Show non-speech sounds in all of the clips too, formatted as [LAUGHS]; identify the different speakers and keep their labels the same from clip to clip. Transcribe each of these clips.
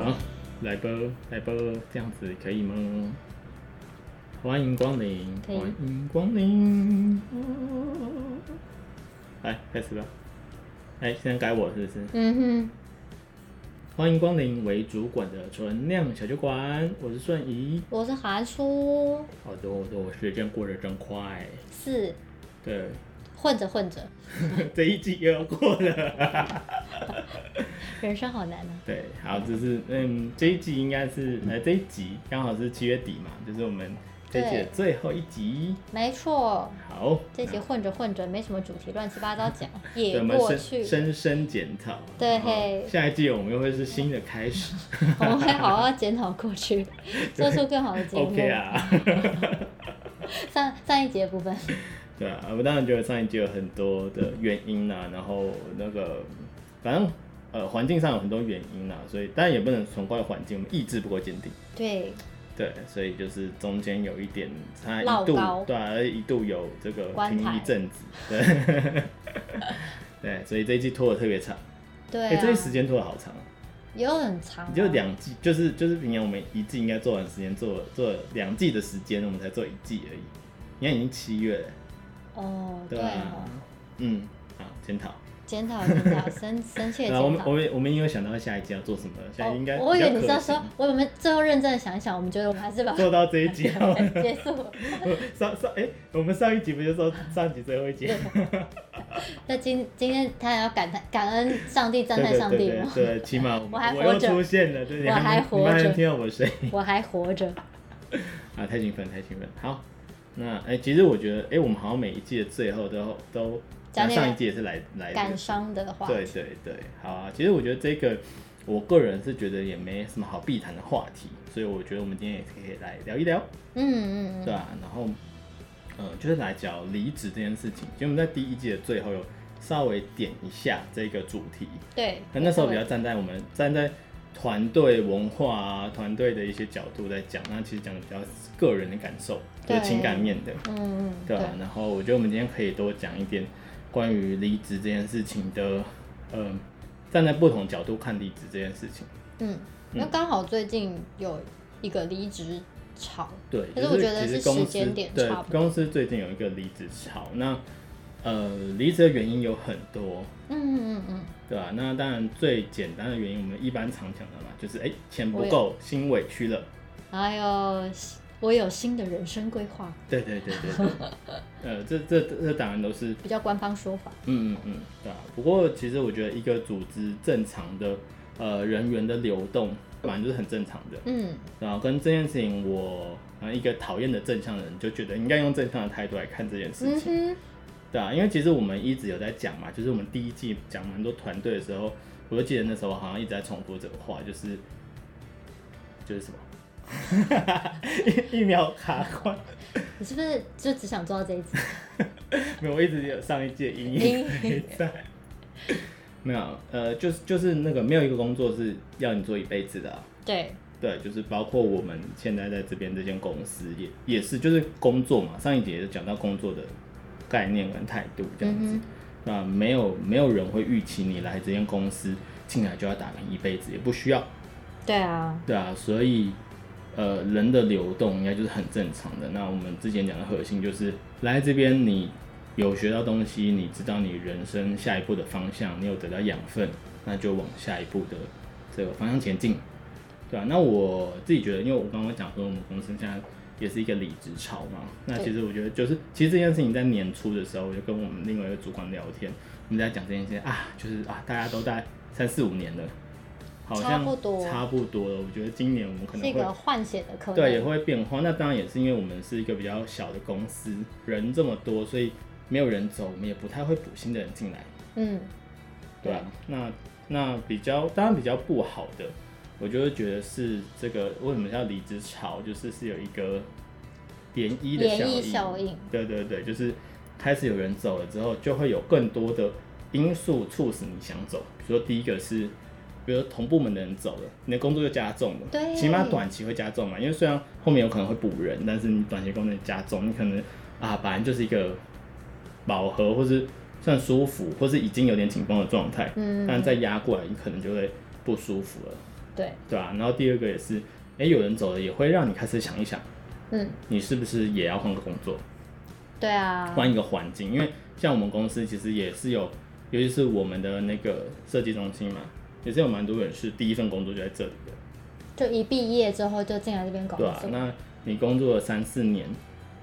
Speaker 1: 来吧，来吧，这样子可以吗？欢迎光临，
Speaker 2: 可以
Speaker 1: 欢迎光临。来，开始吧。哎，现在该我是不是？
Speaker 2: 嗯哼，
Speaker 1: 欢迎光临为主管的纯酿小酒馆，我是顺怡。
Speaker 2: 我是韩叔，
Speaker 1: 好的，我的我时间过得真快。
Speaker 2: 是
Speaker 1: 对， [LAUGHS]
Speaker 2: 混着混着，
Speaker 1: 这一季又要过了。
Speaker 2: 人生好难啊。
Speaker 1: 对，好，就是嗯，这一季应该是呃这一集刚好是七月底嘛，就是我们这一季的
Speaker 2: 对
Speaker 1: 最后一集。
Speaker 2: 没错，
Speaker 1: 好，
Speaker 2: 这集混着混着没什么主题，乱七八糟讲
Speaker 1: 对
Speaker 2: 也
Speaker 1: 我们
Speaker 2: 过
Speaker 1: 深
Speaker 2: 去，
Speaker 1: 深深检讨。
Speaker 2: 对
Speaker 1: 然后下一季我们又会是新的开始。
Speaker 2: [LAUGHS] 我们会好好检讨过去，做出更好的节目。
Speaker 1: [LAUGHS] OK 啊，
Speaker 2: [LAUGHS] 上上一节部
Speaker 1: [LAUGHS]
Speaker 2: 分，
Speaker 1: 对啊，我当然觉得上一季有很多的原因呐、然后那个反正呃环境上有很多原因呐、所以当然也不能全怪环境，我们意志不够坚定。
Speaker 2: 对，
Speaker 1: 对，所以就是中间有一点，他
Speaker 2: 落
Speaker 1: 一度
Speaker 2: 高
Speaker 1: 对、啊，一度有这个
Speaker 2: 观
Speaker 1: 停
Speaker 2: 台
Speaker 1: 一阵子，
Speaker 2: [LAUGHS]
Speaker 1: 对， [LAUGHS] 对，所以这一季拖的特别长，
Speaker 2: 对、
Speaker 1: 哎、
Speaker 2: 啊
Speaker 1: 这一时间拖的好长啊，
Speaker 2: 也有很长、啊，
Speaker 1: 就两季，就是就是平常我们一季应该做完时间做做两季的时间，我们才做一季而已，你看已经七月了，
Speaker 2: 哦，
Speaker 1: 对啊
Speaker 2: 对
Speaker 1: 吧、
Speaker 2: 哦，
Speaker 1: 嗯，好，检讨，
Speaker 2: 检讨检讨，深深切
Speaker 1: [LAUGHS] 然
Speaker 2: 检
Speaker 1: 啊后我们
Speaker 2: 讨
Speaker 1: 我。们我们也有想到下一季要做什么，下一季应该、
Speaker 2: 哦我以为你是要
Speaker 1: 要
Speaker 2: 说，我们最后认真的想一想，我们觉得我们
Speaker 1: [LAUGHS]
Speaker 2: 还是把
Speaker 1: 做到这一集好了。
Speaker 2: [LAUGHS] 结束了。
Speaker 1: 上上哎、我们上一集不就说上集最后一集？
Speaker 2: 那今今天他还要感叹感恩上帝，赞叹上帝
Speaker 1: 对
Speaker 2: 吗？
Speaker 1: 对对对，起码我
Speaker 2: 我还
Speaker 1: 我
Speaker 2: 活
Speaker 1: 又
Speaker 2: 着
Speaker 1: 出现了，对，你
Speaker 2: 我
Speaker 1: 能
Speaker 2: 还
Speaker 1: 你们还
Speaker 2: 活
Speaker 1: 能
Speaker 2: 着
Speaker 1: 听到我的声音
Speaker 2: 我还活着。
Speaker 1: 啊，太兴奋，太兴奋。好，那哎、其实我觉得，哎、我们好像每一季的最后都都，
Speaker 2: 讲点
Speaker 1: 上一季也是来来
Speaker 2: 感伤的话，
Speaker 1: 对对对，好啊。其实我觉得这个，我个人是觉得也没什么好避谈的话题，所以我觉得我们今天也可以来聊一聊，
Speaker 2: 嗯嗯
Speaker 1: 对
Speaker 2: 嗯，
Speaker 1: 吧、然后，呃，就是来讲离职这件事情。其实我们在第一季的最后有稍微点一下这个主题，
Speaker 2: 对。
Speaker 1: 那那时候比较站在我们站在团队文化啊、团队的一些角度在讲，那其实讲的比较个人的感受，就是
Speaker 2: 对
Speaker 1: 情感面的，
Speaker 2: 嗯，嗯
Speaker 1: 对啊
Speaker 2: 对
Speaker 1: 吧、然后我觉得我们今天可以多讲一点关于离职这件事情的，嗯、站在不同角度看离职这件事情。
Speaker 2: 嗯，那刚好最近有一个离职潮，
Speaker 1: 对，
Speaker 2: 可是
Speaker 1: 就
Speaker 2: 我觉得
Speaker 1: 其
Speaker 2: 是
Speaker 1: 实公
Speaker 2: 时
Speaker 1: 司
Speaker 2: 间点
Speaker 1: 对
Speaker 2: 差不多
Speaker 1: 公司最近有一个离职潮，那呃，离职的原因有很多，
Speaker 2: 嗯嗯嗯
Speaker 1: 对吧、那当然最简单的原因，我们一般常讲的嘛，就是哎、钱不
Speaker 2: 我也
Speaker 1: 够，心委屈了。
Speaker 2: 嗯，还有我有新的人生规划，
Speaker 1: 对对对对 [LAUGHS] 对，呃，这这这这当然都是，
Speaker 2: 比较官方说法，
Speaker 1: 嗯嗯嗯，对啊。不过其实我觉得一个组织正常的呃人员的流动，反正就是很正常的。
Speaker 2: 嗯，
Speaker 1: 然后跟这件事情我，呃一个讨厌的正向的人就觉得应该用正向的态度来看这件事
Speaker 2: 嗯
Speaker 1: 情，
Speaker 2: 哼，
Speaker 1: 对啊。因为其实我们一直有在讲嘛，就是我们第一季讲蛮多团队的时候，我就记得那时候好像一直在重复这个话，就是就是什么。 [LAUGHS] 一一秒卡关，
Speaker 2: 你是不是就只想做到这
Speaker 1: [LAUGHS]
Speaker 2: 一次？
Speaker 1: 没有，我一直有上一届阴
Speaker 2: 阴
Speaker 1: 影
Speaker 2: 影
Speaker 1: 还在。 [LAUGHS] 没有，呃，就是就是那个没有一个工作是要你做一辈子的啊、
Speaker 2: 对，
Speaker 1: 对，就是包括我们现在在这边这间公司也也是，就是工作嘛。上一节也讲到工作的概念跟态度这样子
Speaker 2: 嗯，
Speaker 1: 那、没有没有人会预期你来这间公司进来就要打拼一辈子，也不需要，
Speaker 2: 对啊，
Speaker 1: 对啊，所以呃，人的流动应该就是很正常的。那我们之前讲的核心就是来这边你有学到东西，你知道你人生下一步的方向，你有得到养分，那就往下一步的这个方向前进，对啊，那我自己觉得，因为我刚刚讲说我们公司现在。也是一个离职潮嘛，那
Speaker 2: 对
Speaker 1: 其实我觉得就是，其实这件事情在年初的时候，我就跟我们另外一个主管聊天，我们在讲这件事情啊，就是啊，大家都大概三四五年了，好像
Speaker 2: 差不多
Speaker 1: 差不多了。我觉得今年我们可
Speaker 2: 是
Speaker 1: 能
Speaker 2: 一个
Speaker 1: 会
Speaker 2: 换血的可能，
Speaker 1: 对也啊会变化。那当然也是因为我们是一个比较小的公司，人这么多，所以没有人走，我们也不太会补新的人进来，
Speaker 2: 嗯，
Speaker 1: 对吧、那那比较当然比较不好的，我就会觉得是这个为什么叫离职潮，就是是有一个涟漪的
Speaker 2: 涟
Speaker 1: 效
Speaker 2: 漪效应
Speaker 1: 对对对，就是开始有人走了之后，就会有更多的因素促使你想走。比如说第一个是，比如说同部门的人走了，你的工作就加重了，
Speaker 2: 对
Speaker 1: 起码短期会加重嘛。因为虽然后面有可能会补人，但是你短期工作加重，你可能啊，本来就是一个饱和或是算舒服，或是已经有点紧绷的状态，
Speaker 2: 嗯
Speaker 1: 但再压过来，你可能就会不舒服了。
Speaker 2: 对，
Speaker 1: 对吧、然后第二个也是，哎，有人走了也会让你开始想一想，
Speaker 2: 嗯，
Speaker 1: 你是不是也要换个工作，
Speaker 2: 对啊，
Speaker 1: 换一个环境？因为像我们公司其实也是有，尤其是我们的那个设计中心嘛，也是有蛮多人是第一份工作就在这里的。
Speaker 2: 就一毕业之后就进来这边工
Speaker 1: 对
Speaker 2: 作，
Speaker 1: 啊，那你工作了三四年，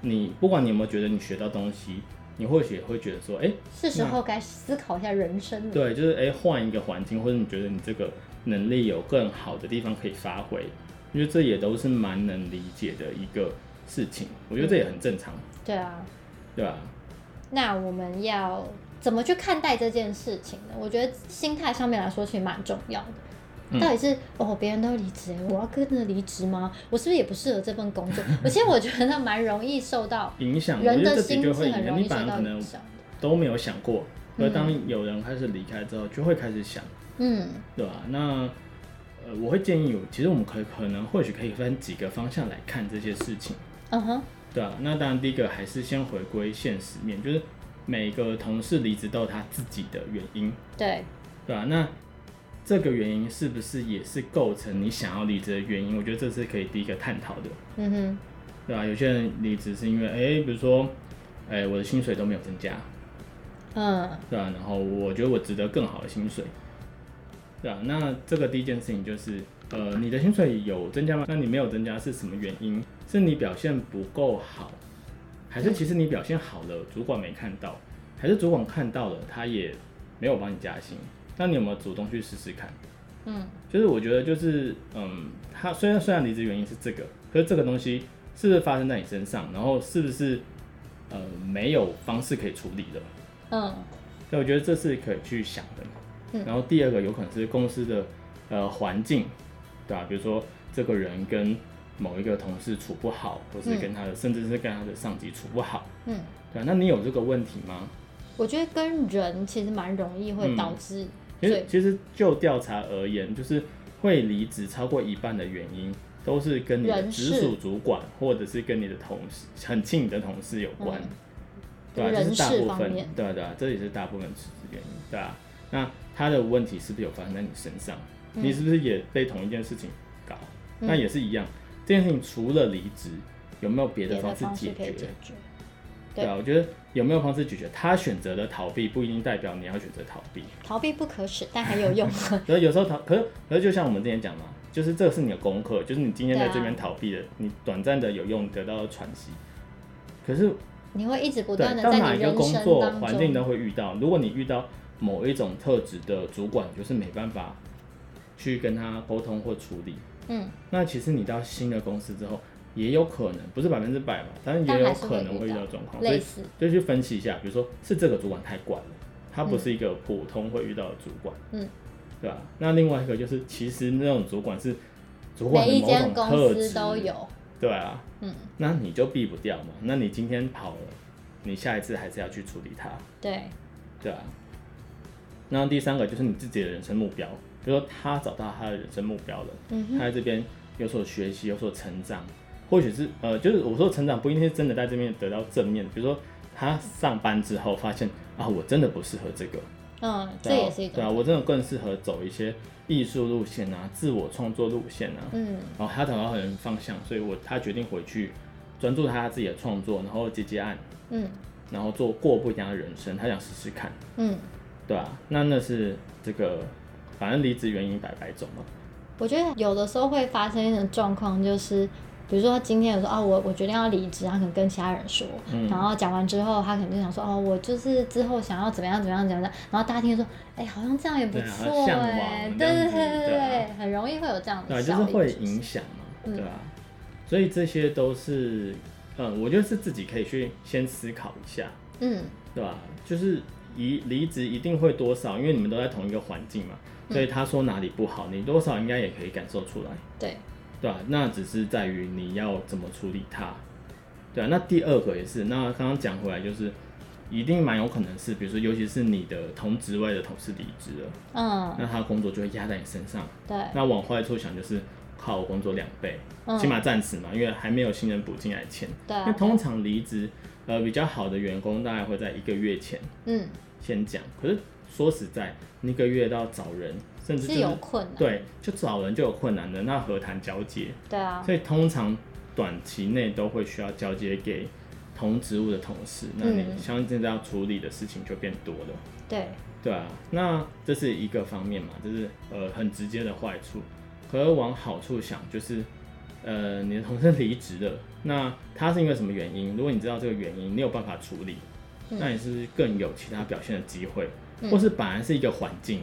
Speaker 1: 你不管你有没有觉得你学到东西，你或许也会觉得说，哎、
Speaker 2: 是时候该思考一下人生了。
Speaker 1: 对，就是哎换、一个环境，或者你觉得你这个能力有更好的地方可以发挥，我觉得这也都是蛮能理解的一个事情，我觉得这也很正常，
Speaker 2: 对啊，
Speaker 1: 对吧、
Speaker 2: 那我们要怎么去看待这件事情呢？我觉得心态上面来说，其实蛮重要的。
Speaker 1: 嗯
Speaker 2: 到底是哦，别人都离职，我要跟着离职吗？我是不是也不适合这
Speaker 1: [LAUGHS]
Speaker 2: 份工作？我其实我觉得蛮容易受到
Speaker 1: 影响，我觉
Speaker 2: 人
Speaker 1: 得
Speaker 2: 的
Speaker 1: 这的
Speaker 2: 心
Speaker 1: 确
Speaker 2: 智
Speaker 1: 会
Speaker 2: 很
Speaker 1: 影响，
Speaker 2: 容易
Speaker 1: 你
Speaker 2: 受
Speaker 1: 反而
Speaker 2: 到
Speaker 1: 可
Speaker 2: 影
Speaker 1: 能
Speaker 2: 响。
Speaker 1: 都没有想过，而当有人开始离开之后，就会开始想，
Speaker 2: 嗯，
Speaker 1: 对吧、那呃，我会建议有，其实我们可以可能或许可以分几个方向来看这些事情。
Speaker 2: 嗯哼，
Speaker 1: 对啊，那当然第一个还是先回归现实面，就是每个同事离职都有他自己的原因，
Speaker 2: 对，
Speaker 1: 对啊，那这个原因是不是也是构成你想要离职的原因？我觉得这是可以第一个探讨的，
Speaker 2: 嗯哼，
Speaker 1: 对吧、有些人离职是因为，哎、比如说，哎、我的薪水都没有增加，
Speaker 2: 嗯，
Speaker 1: 对啊，然后我觉得我值得更好的薪水，对啊，那这个第一件事情就是，呃，你的薪水有增加吗？那你没有增加是什么原因？是你表现不够好，还是其实你表现好了，主管没看到，还是主管看到了，他也没有帮你加薪？那你有没有主动去试试看？
Speaker 2: 嗯，
Speaker 1: 就是我觉得就是，嗯，他虽然虽然离职原因是这个，可是这个东西是不是发生在你身上，然后是不是呃没有方式可以处理的？
Speaker 2: 嗯，
Speaker 1: 对，我觉得这是可以去想的嘛。
Speaker 2: 嗯
Speaker 1: 然后第二个有可能是公司的呃环境，对啊吧、比如说这个人跟某一个同事处不好，或是跟他的、甚至是跟他的上级处不好，
Speaker 2: 嗯。
Speaker 1: 对、啊、那你有这个问题吗？
Speaker 2: 我觉得跟人其实蛮容易会
Speaker 1: 嗯
Speaker 2: 导致
Speaker 1: 其
Speaker 2: 最
Speaker 1: 实其实就调查而言，就是会离职超过一半的原因，都是跟你的
Speaker 2: 人
Speaker 1: 直
Speaker 2: 事
Speaker 1: 属主管或者是跟你的同事很亲你的同事有关。
Speaker 2: 嗯
Speaker 1: 对啊，这
Speaker 2: 人
Speaker 1: 是大
Speaker 2: 事
Speaker 1: 部
Speaker 2: 方
Speaker 1: 分
Speaker 2: 面，
Speaker 1: 对啊对啊，这也是大部分辞职原因，对啊。那他的问题是不是有发生在你身上？
Speaker 2: 嗯
Speaker 1: 你是不是也被同一件事情搞？那也是一样，这件事情除了离职，有没有别
Speaker 2: 别
Speaker 1: 的
Speaker 2: 的
Speaker 1: 方式
Speaker 2: 方式
Speaker 1: 解
Speaker 2: 可
Speaker 1: 决
Speaker 2: 以？解决。
Speaker 1: 对啊，我觉得有没有方式解决？他选择的逃避不一定代表你要选择逃避，
Speaker 2: 逃避不可耻，但很有
Speaker 1: [LAUGHS]
Speaker 2: 用。
Speaker 1: 可是有时候逃，可是可是就像我们之前讲嘛，就是这个是你的功课，就是你今天在
Speaker 2: 对啊
Speaker 1: 这边逃避的，你短暂的有用，得到了喘息。可是
Speaker 2: 你会一直不断
Speaker 1: 对，
Speaker 2: 的
Speaker 1: 到
Speaker 2: 在
Speaker 1: 哪
Speaker 2: 你
Speaker 1: 一个
Speaker 2: 人
Speaker 1: 工
Speaker 2: 生
Speaker 1: 作
Speaker 2: 当
Speaker 1: 环境
Speaker 2: 中，
Speaker 1: 都会遇到。如果你遇到某一种特质的主管，就是没办法去跟他沟通或处理，
Speaker 2: 嗯，
Speaker 1: 那其实你到新的公司之后，也有可能不是百分之百嘛，但是
Speaker 2: 但
Speaker 1: 也有
Speaker 2: 还是会
Speaker 1: 可能会
Speaker 2: 遇
Speaker 1: 遇
Speaker 2: 到
Speaker 1: 到状况，所
Speaker 2: 类
Speaker 1: 以
Speaker 2: 似，
Speaker 1: 就去分析一下，比如说是这个主管太管了，他不是一个普通会遇到的主管，
Speaker 2: 嗯，
Speaker 1: 对吧、那另外一个就是，其实那种主管是主管
Speaker 2: 每
Speaker 1: 的
Speaker 2: 一
Speaker 1: 某
Speaker 2: 间
Speaker 1: 种
Speaker 2: 公
Speaker 1: 特
Speaker 2: 司
Speaker 1: 质
Speaker 2: 都，有，
Speaker 1: 对啊，
Speaker 2: 嗯，
Speaker 1: 那你就避不掉嘛。那你今天跑了，你下一次还是要去处理它，
Speaker 2: 对，
Speaker 1: 对啊。然后第三个就是你自己的人生目标，比如说他找到他的人生目标了，
Speaker 2: 嗯
Speaker 1: 他在这边有所学习，有所成长，或许是呃，就是我说成长不一定是真的在这边得到正面，比如说他上班之后发现啊，我真的不适合这个，
Speaker 2: 嗯，这
Speaker 1: 对啊
Speaker 2: 也是一
Speaker 1: 对啊，
Speaker 2: 种，
Speaker 1: 我真的更适合走一些艺术路线啊，自我创作路线啊，
Speaker 2: 嗯，
Speaker 1: 然后他找到很方向，所以我他决定回去专注他自己的创作，然后接接案，
Speaker 2: 嗯，
Speaker 1: 然后做过不一样的人生，他想试试看，
Speaker 2: 嗯，
Speaker 1: 对啊，那那是这个，反正离职原因百百种嘛，
Speaker 2: 我觉得有的时候会发生一种状况，就是比如说今天有说哦，我我决定要离职，然后可能跟其他人说，
Speaker 1: 嗯
Speaker 2: 然后讲完之后，他可能就想说哦，我就是之后想要怎么样怎么样怎么样，然后大家听说，哎，好像这样也不
Speaker 1: 对啊
Speaker 2: 错
Speaker 1: 向往
Speaker 2: 哎，
Speaker 1: 这
Speaker 2: 对
Speaker 1: 样
Speaker 2: 对
Speaker 1: 子
Speaker 2: 对
Speaker 1: 对啊
Speaker 2: 对，很容易会有这样
Speaker 1: 对、
Speaker 2: 的
Speaker 1: 啊，就
Speaker 2: 效
Speaker 1: 是
Speaker 2: 应，
Speaker 1: 会
Speaker 2: 不
Speaker 1: 影响嘛，
Speaker 2: 嗯
Speaker 1: 对啊，所以这些都是，嗯，我觉得是自己可以去先思考一下，
Speaker 2: 嗯
Speaker 1: 对吧、就是离离职一定会多少，因为你们都在同一个环境嘛，
Speaker 2: 嗯
Speaker 1: 所以他说哪里不好，你多少应该也可以感受出来。
Speaker 2: 对，
Speaker 1: 对啊，那只是在于你要怎么处理它。对啊，那第二个也是，那刚刚讲回来就是，一定蛮有可能是，比如说，尤其是你的同职位的同事离职了，
Speaker 2: 嗯
Speaker 1: 那他的工作就会压在你身上。
Speaker 2: 对，
Speaker 1: 那往坏处想就是，靠我工作两倍，
Speaker 2: 嗯
Speaker 1: 起码暂时嘛，因为还没有新人补进来前。
Speaker 2: 对
Speaker 1: 那
Speaker 2: 啊，
Speaker 1: 通常离职，呃，比较好的员工大概会在一个月前
Speaker 2: 嗯
Speaker 1: 先讲，可是说实在，你一个月要找人，甚至、就是
Speaker 2: 有困难。
Speaker 1: 对，就找人就有困难的，那何谈交接？
Speaker 2: 对啊，
Speaker 1: 所以通常短期内都会需要交接给同职务的同事，那你
Speaker 2: 嗯
Speaker 1: 相信要处理的事情就变多了。
Speaker 2: 对，
Speaker 1: 对啊，那这是一个方面嘛，就是呃很直接的坏处。可往好处想，就是呃你的同事离职了，那他是因为什么原因？如果你知道这个原因，你有办法处理，
Speaker 2: 嗯
Speaker 1: 那你是不是更有其他表现的机会？
Speaker 2: 嗯
Speaker 1: 或是本来是一个环境，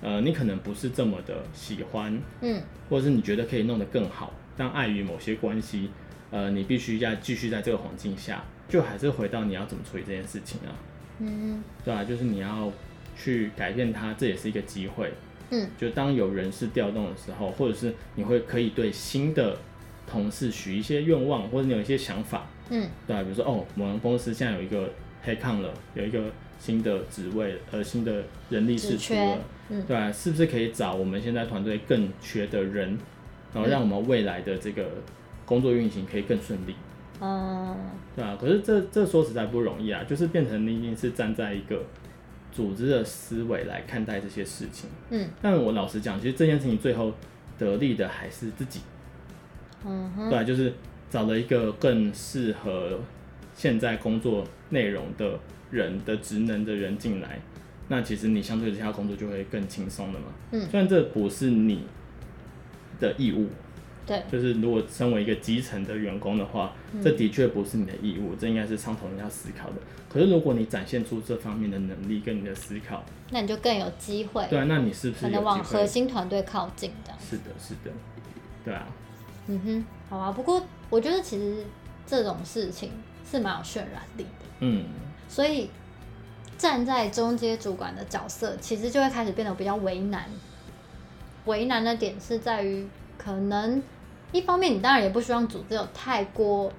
Speaker 1: 呃你可能不是这么的喜欢，
Speaker 2: 嗯
Speaker 1: 或者是你觉得可以弄得更好，但碍于某些关系，呃你必须要继续在这个环境下，就还是回到你要怎么处理这件事情啊。
Speaker 2: 嗯
Speaker 1: 对啊，就是你要去改变它，这也是一个机会。
Speaker 2: 嗯，
Speaker 1: 就当有人事调动的时候，或者是你会可以对新的同事许一些愿望，或者你有一些想法，
Speaker 2: 嗯
Speaker 1: 对啊，比如说哦，我们公司现在有一个黑抗了，有一个新的职位，呃，新的人力
Speaker 2: 职
Speaker 1: 事出
Speaker 2: 缺
Speaker 1: 了，，
Speaker 2: 嗯
Speaker 1: 对啊，是不是可以找我们现在团队更缺的人，
Speaker 2: 嗯
Speaker 1: 然后让我们未来的这个工作运行可以更顺利？
Speaker 2: 嗯
Speaker 1: 对啊，可是这这说实在不容易啊，就是变成你已经是站在一个组织的思维来看待这些事情。
Speaker 2: 嗯
Speaker 1: 但我老实讲，其实这件事情最后得利的还是自己，
Speaker 2: 嗯
Speaker 1: 对
Speaker 2: 哼，
Speaker 1: 啊，就是找了一个更适合现在工作内容的人的职能的人进来，那其实你相对之下工作就会更轻松了嘛。
Speaker 2: 嗯
Speaker 1: 虽然这不是你的义务，
Speaker 2: 对，
Speaker 1: 就是如果身为一个基层的员工的话，
Speaker 2: 嗯
Speaker 1: 这的确不是你的义务，这应该是上头人要思考的。可是如果你展现出这方面的能力跟你的思考，
Speaker 2: 那你就更有机会，
Speaker 1: 对啊，那你是不
Speaker 2: 可
Speaker 1: 是有
Speaker 2: 能
Speaker 1: 机
Speaker 2: 往核
Speaker 1: 会？
Speaker 2: 心团队靠近这样。
Speaker 1: 是的，是的，对啊，
Speaker 2: 嗯哼，好啊。不过我觉得其实这种事情是蛮有渲染力的，
Speaker 1: 嗯，
Speaker 2: 所以站在中阶主管的角色，其实就会开始变得比较为难。为难的点是在于，可能一方面你当然也不希望组织有太过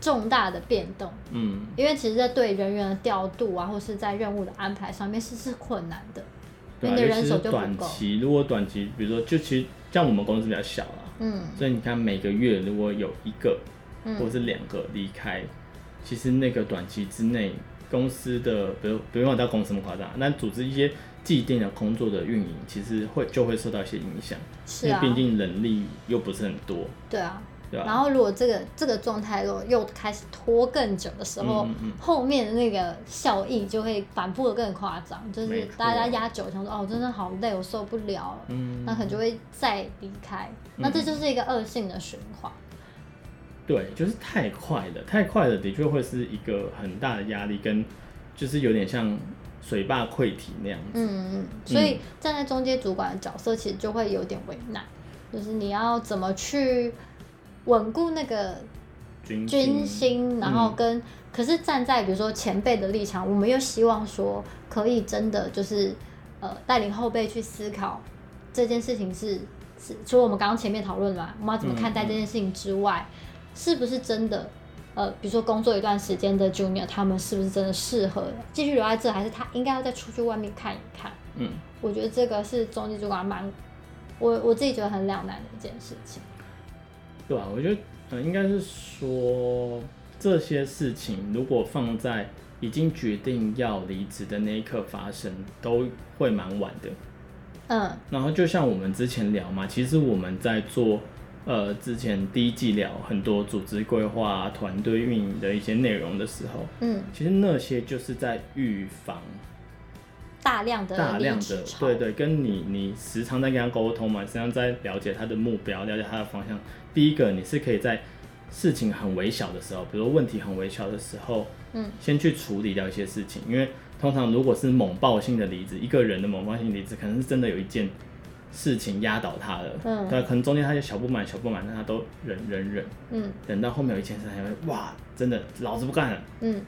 Speaker 2: 重大的变动，
Speaker 1: 嗯，
Speaker 2: 因为其实这对人员的调度啊，或是在任务的安排上面是是困难的。
Speaker 1: 对啊，
Speaker 2: 你的
Speaker 1: 尤
Speaker 2: 人
Speaker 1: 其
Speaker 2: 手
Speaker 1: 是
Speaker 2: 就不
Speaker 1: 短
Speaker 2: 够
Speaker 1: 期，如果短期，比如说，就其实像我们公司比较小啊啦，
Speaker 2: 嗯
Speaker 1: 所以你看每个月如果有一个或
Speaker 2: 嗯
Speaker 1: 是两个离开，其实那个短期之内，公司的比如不用到公司那么夸张，那组织一些既定的工作的运营，其实会就会受到一些影响，
Speaker 2: 是
Speaker 1: 因为
Speaker 2: 啊，
Speaker 1: 毕竟人力又不是很多，
Speaker 2: 对啊。
Speaker 1: 对吧、
Speaker 2: 然后，如果这个这个状态如果又开始拖更久的时候，
Speaker 1: 嗯嗯嗯
Speaker 2: 后面的那个效应就会反复的更夸张，就
Speaker 1: 没
Speaker 2: 是
Speaker 1: 错
Speaker 2: 大家压久，想说哦，真的好累，我受不了了，
Speaker 1: 嗯
Speaker 2: 那可能就会再离开，那这就是一个恶性的循环。
Speaker 1: 对，就是太快了，太快了，的确会是一个很大的压力，跟就是有点像水坝溃堤那样子。
Speaker 2: 嗯，嗯，所以站在中间主管的角色，其实就会有点为难，就是你要怎么去稳固那个
Speaker 1: 军
Speaker 2: 军心，然后
Speaker 1: 嗯
Speaker 2: 跟、可是站在比如说前辈的立场，我们又希望说可以真的就是呃带领后辈去思考这件事情是是除了我们刚刚前面讨论的嘛，我们要怎么看待
Speaker 1: 嗯
Speaker 2: 这件事情之外，是不是真的呃比如说工作一段时间的 junior 他们是不是真的适合继续留在这，还是他应该要再出去外面看一看？
Speaker 1: 嗯，
Speaker 2: 我觉得这个是中级主管蛮我我自己觉得很两难的一件事情。
Speaker 1: 对啊，我觉得呃，应该是说这些事情如果放在已经决定要离职的那一刻发生，都会蛮晚的。
Speaker 2: 嗯
Speaker 1: 然后就像我们之前聊嘛，其实我们在做呃之前第一季聊很多组织规划啊、团队运营的一些内容的时候，
Speaker 2: 嗯，
Speaker 1: 其实那些就是在预防
Speaker 2: 大量的
Speaker 1: 大量的
Speaker 2: 离职潮嗯
Speaker 1: 对对，跟你你时常在跟他沟通嘛，时常在了解他的目标，了解他的方向。第一个，你是可以在事情很微小的时候，比如问题很微小的时候，
Speaker 2: 嗯，
Speaker 1: 先去处理掉一些事情，因为通常如果是猛爆性的离职，一个人的猛爆性离职，可能是真的有一件事情压倒他了，
Speaker 2: 嗯
Speaker 1: 对，可能中间他就小不满小不满，但他都忍忍忍，
Speaker 2: 嗯
Speaker 1: 忍到后面有一件事，他才会哇，真的老子不干了。
Speaker 2: 嗯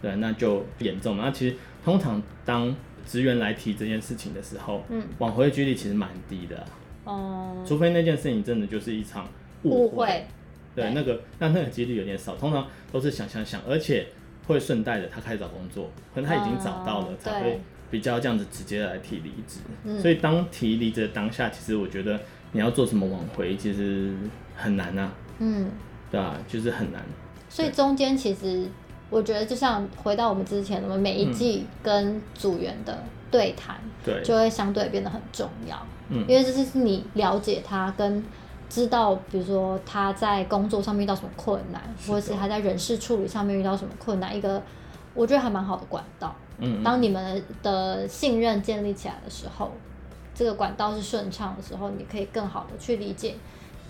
Speaker 1: 对，那就严重嘛。那其实通常当职员来提这件事情的时候，
Speaker 2: 嗯，
Speaker 1: 挽回的几率其实蛮低的啊、
Speaker 2: 哦，
Speaker 1: 除非那件事情真的就是一场
Speaker 2: 误
Speaker 1: 误
Speaker 2: 会，
Speaker 1: 对，
Speaker 2: 对
Speaker 1: 那个那那个几率有点少，通常都是想想想，而且会顺带着他开始找工作，可能他已经找到了，
Speaker 2: 嗯
Speaker 1: 才
Speaker 2: 对
Speaker 1: 会比较这样子直接来提离职。
Speaker 2: 嗯
Speaker 1: 所以当提离职的当下，其实我觉得你要做什么挽回，其实很难啊，啊
Speaker 2: 嗯，
Speaker 1: 对吧、就是很难。
Speaker 2: 所以中间其实我觉得就像回到我们之前，我们每
Speaker 1: 嗯
Speaker 2: 一季跟组员的对谈，
Speaker 1: 对，
Speaker 2: 就会相对变得很重要，
Speaker 1: 嗯
Speaker 2: 因为这是你了解他跟知道，比如说他在工作上面遇到什么困难，
Speaker 1: 是的
Speaker 2: 或者是他在人事处理上面遇到什么困难，一个我觉得还蛮好的管道。
Speaker 1: 嗯，嗯
Speaker 2: 当你们的信任建立起来的时候，这个管道是顺畅的时候，你可以更好的去理解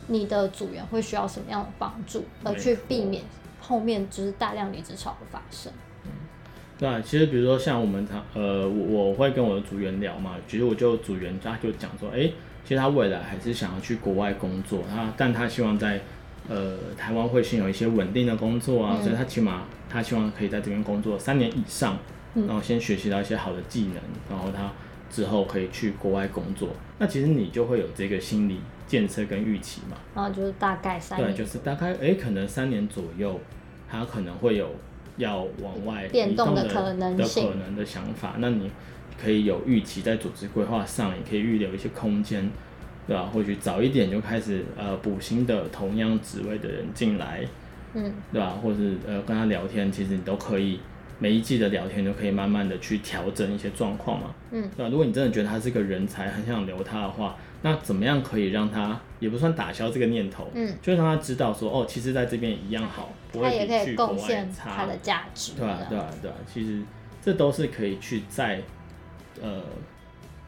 Speaker 2: 你的组员会需要什么样的帮助，而去
Speaker 1: 没错
Speaker 2: 避免后面就是大量离职潮的发生。
Speaker 1: 对啊，其实比如说像我们常呃，我我会跟我的组员聊嘛，其实我就组员他就讲说，哎，其实他未来还是想要去国外工作，他但他希望在呃台湾会先有一些稳定的工作啊，
Speaker 2: 嗯
Speaker 1: 所以他起码他希望可以在这边工作三年以上，然后先学习到一些好的技能，然后他之后可以去国外工作。那其实你就会有这个心理建设跟预期嘛，
Speaker 2: 然后就是大概三
Speaker 1: 对，
Speaker 2: 年
Speaker 1: 就是大概诶，可能三年左右，他可能会有要往外
Speaker 2: 变
Speaker 1: 移
Speaker 2: 动
Speaker 1: 的
Speaker 2: 的可能
Speaker 1: 的
Speaker 2: 性
Speaker 1: 可能的想法。那你可以有预期在组织规划上，也可以预留一些空间，对吧、或许早一点就开始呃补新的同样职位的人进来，
Speaker 2: 嗯，
Speaker 1: 对吧、或是呃跟他聊天，其实你都可以每一季的聊天都可以慢慢的去调整一些状况嘛。
Speaker 2: 嗯，
Speaker 1: 对吧、啊如果你真的觉得他是个人才，很想留他的话，那怎么样可以让他也不算打消这个念头，
Speaker 2: 嗯，
Speaker 1: 就让他知道说哦，其实在这边一样好，不
Speaker 2: 他
Speaker 1: 会
Speaker 2: 也
Speaker 1: 比
Speaker 2: 可以
Speaker 1: 去国
Speaker 2: 贡
Speaker 1: 外
Speaker 2: 献
Speaker 1: 差
Speaker 2: 它的，价值。
Speaker 1: 对吧、
Speaker 2: 这样
Speaker 1: 对吧、啊对吧、其实这都是可以去在呃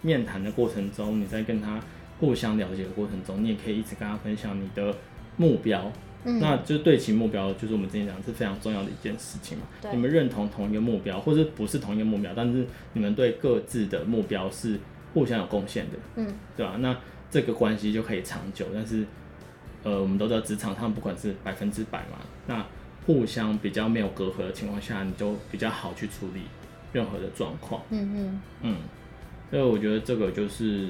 Speaker 1: 面谈的过程中，你在跟他互相了解的过程中，你也可以一直跟他分享你的目标，
Speaker 2: 嗯，
Speaker 1: 那就对其目标，就是我们之前讲是非常重要的一件事情嘛
Speaker 2: 对。
Speaker 1: 你们认同同一个目标，或者不是同一个目标，但是你们对各自的目标是互相有贡献的，
Speaker 2: 嗯，
Speaker 1: 对吧、那这个关系就可以长久。但是，呃，我们都知道职场上不管是百分之百嘛，那互相比较没有隔阂的情况下，你就比较好去处理任何的状况。
Speaker 2: 嗯嗯，
Speaker 1: 嗯，所以我觉得这个就是